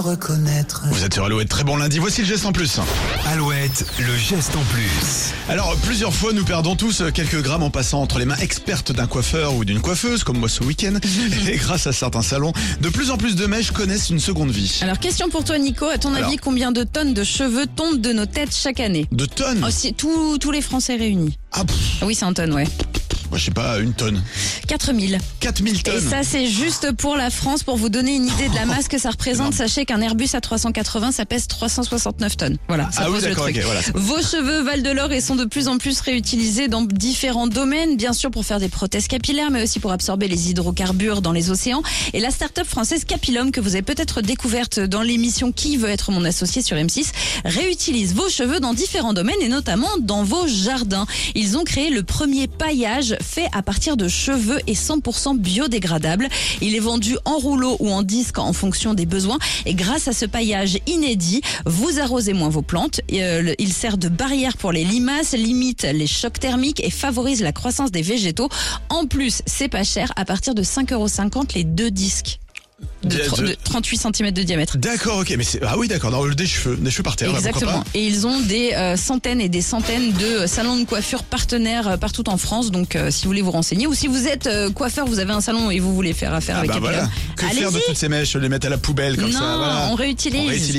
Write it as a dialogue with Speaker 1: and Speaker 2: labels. Speaker 1: reconnaître.
Speaker 2: Vous êtes sur Alouette, très bon lundi. Voici le geste en plus.
Speaker 3: Alouette, le geste en plus.
Speaker 2: Alors, plusieurs fois, nous perdons tous quelques grammes en passant entre les mains expertes d'un coiffeur ou d'une coiffeuse, comme moi ce week-end. Et grâce à certains salons, de plus en plus de mèches connaissent une seconde vie.
Speaker 4: Alors, question pour toi, Nico. À ton
Speaker 2: Alors.
Speaker 4: avis, combien de tonnes de cheveux tombent de nos têtes chaque année
Speaker 2: De tonnes
Speaker 4: Oh, si- tous- Tous les Français réunis.
Speaker 2: Ah, pff,
Speaker 4: Ah Oui, c'est en tonnes, ouais.
Speaker 2: moi, je sais pas, une tonne.
Speaker 4: 4000.
Speaker 2: 4000
Speaker 4: Et
Speaker 2: tonnes
Speaker 4: ça, c'est juste pour la France. Pour vous donner une idée de la masse que ça représente, sachez qu'un Airbus A380, ça pèse 369 tonnes. Voilà, ça
Speaker 2: Ah oui,
Speaker 4: pose le
Speaker 2: d'accord,
Speaker 4: truc.
Speaker 2: ok, voilà.
Speaker 4: Vos cheveux valent de l'or et sont de plus en plus réutilisés dans différents domaines, bien sûr pour faire des prothèses capillaires, mais aussi pour absorber les hydrocarbures dans les océans. Et la start-up française Capilum, que vous avez peut-être découverte dans l'émission Qui veut être mon associé sur M6, réutilise vos cheveux dans différents domaines et notamment dans vos jardins. Ils ont créé le premier paillage fait à partir de cheveux et 100% biodégradable. Il est vendu en rouleau ou en disque en fonction des besoins. Et grâce à ce paillage inédit, vous arrosez moins vos plantes. Et, euh, le- il sert de barrière pour les limaces, limite les chocs thermiques et favorise la croissance des végétaux. En plus, c'est pas cher à partir de 5,50€ les deux disques de,
Speaker 2: Bien,
Speaker 4: tr-
Speaker 2: de-
Speaker 4: de 38 cm de diamètre.
Speaker 2: D'accord, ok, mais c'est. Ah oui, d'accord, dans le- des cheveux, des cheveux par terre, là, pourquoi
Speaker 4: Exactement.
Speaker 2: pas
Speaker 4: Et ils ont des euh, centaines et des centaines de euh, salons de coiffure partenaires euh, partout en France. Donc, euh, si vous voulez vous renseigner ou si vous êtes euh, coiffeur, vous avez un salon et vous voulez faire affaire
Speaker 2: Ah
Speaker 4: avec
Speaker 2: bah
Speaker 4: quelqu'un,
Speaker 2: voilà. Que faire de
Speaker 4: allez-y.
Speaker 2: toutes ces mèches Les mettre à la poubelle comme
Speaker 4: non,
Speaker 2: ça voilà.
Speaker 4: on réutilise.
Speaker 2: On réutilise.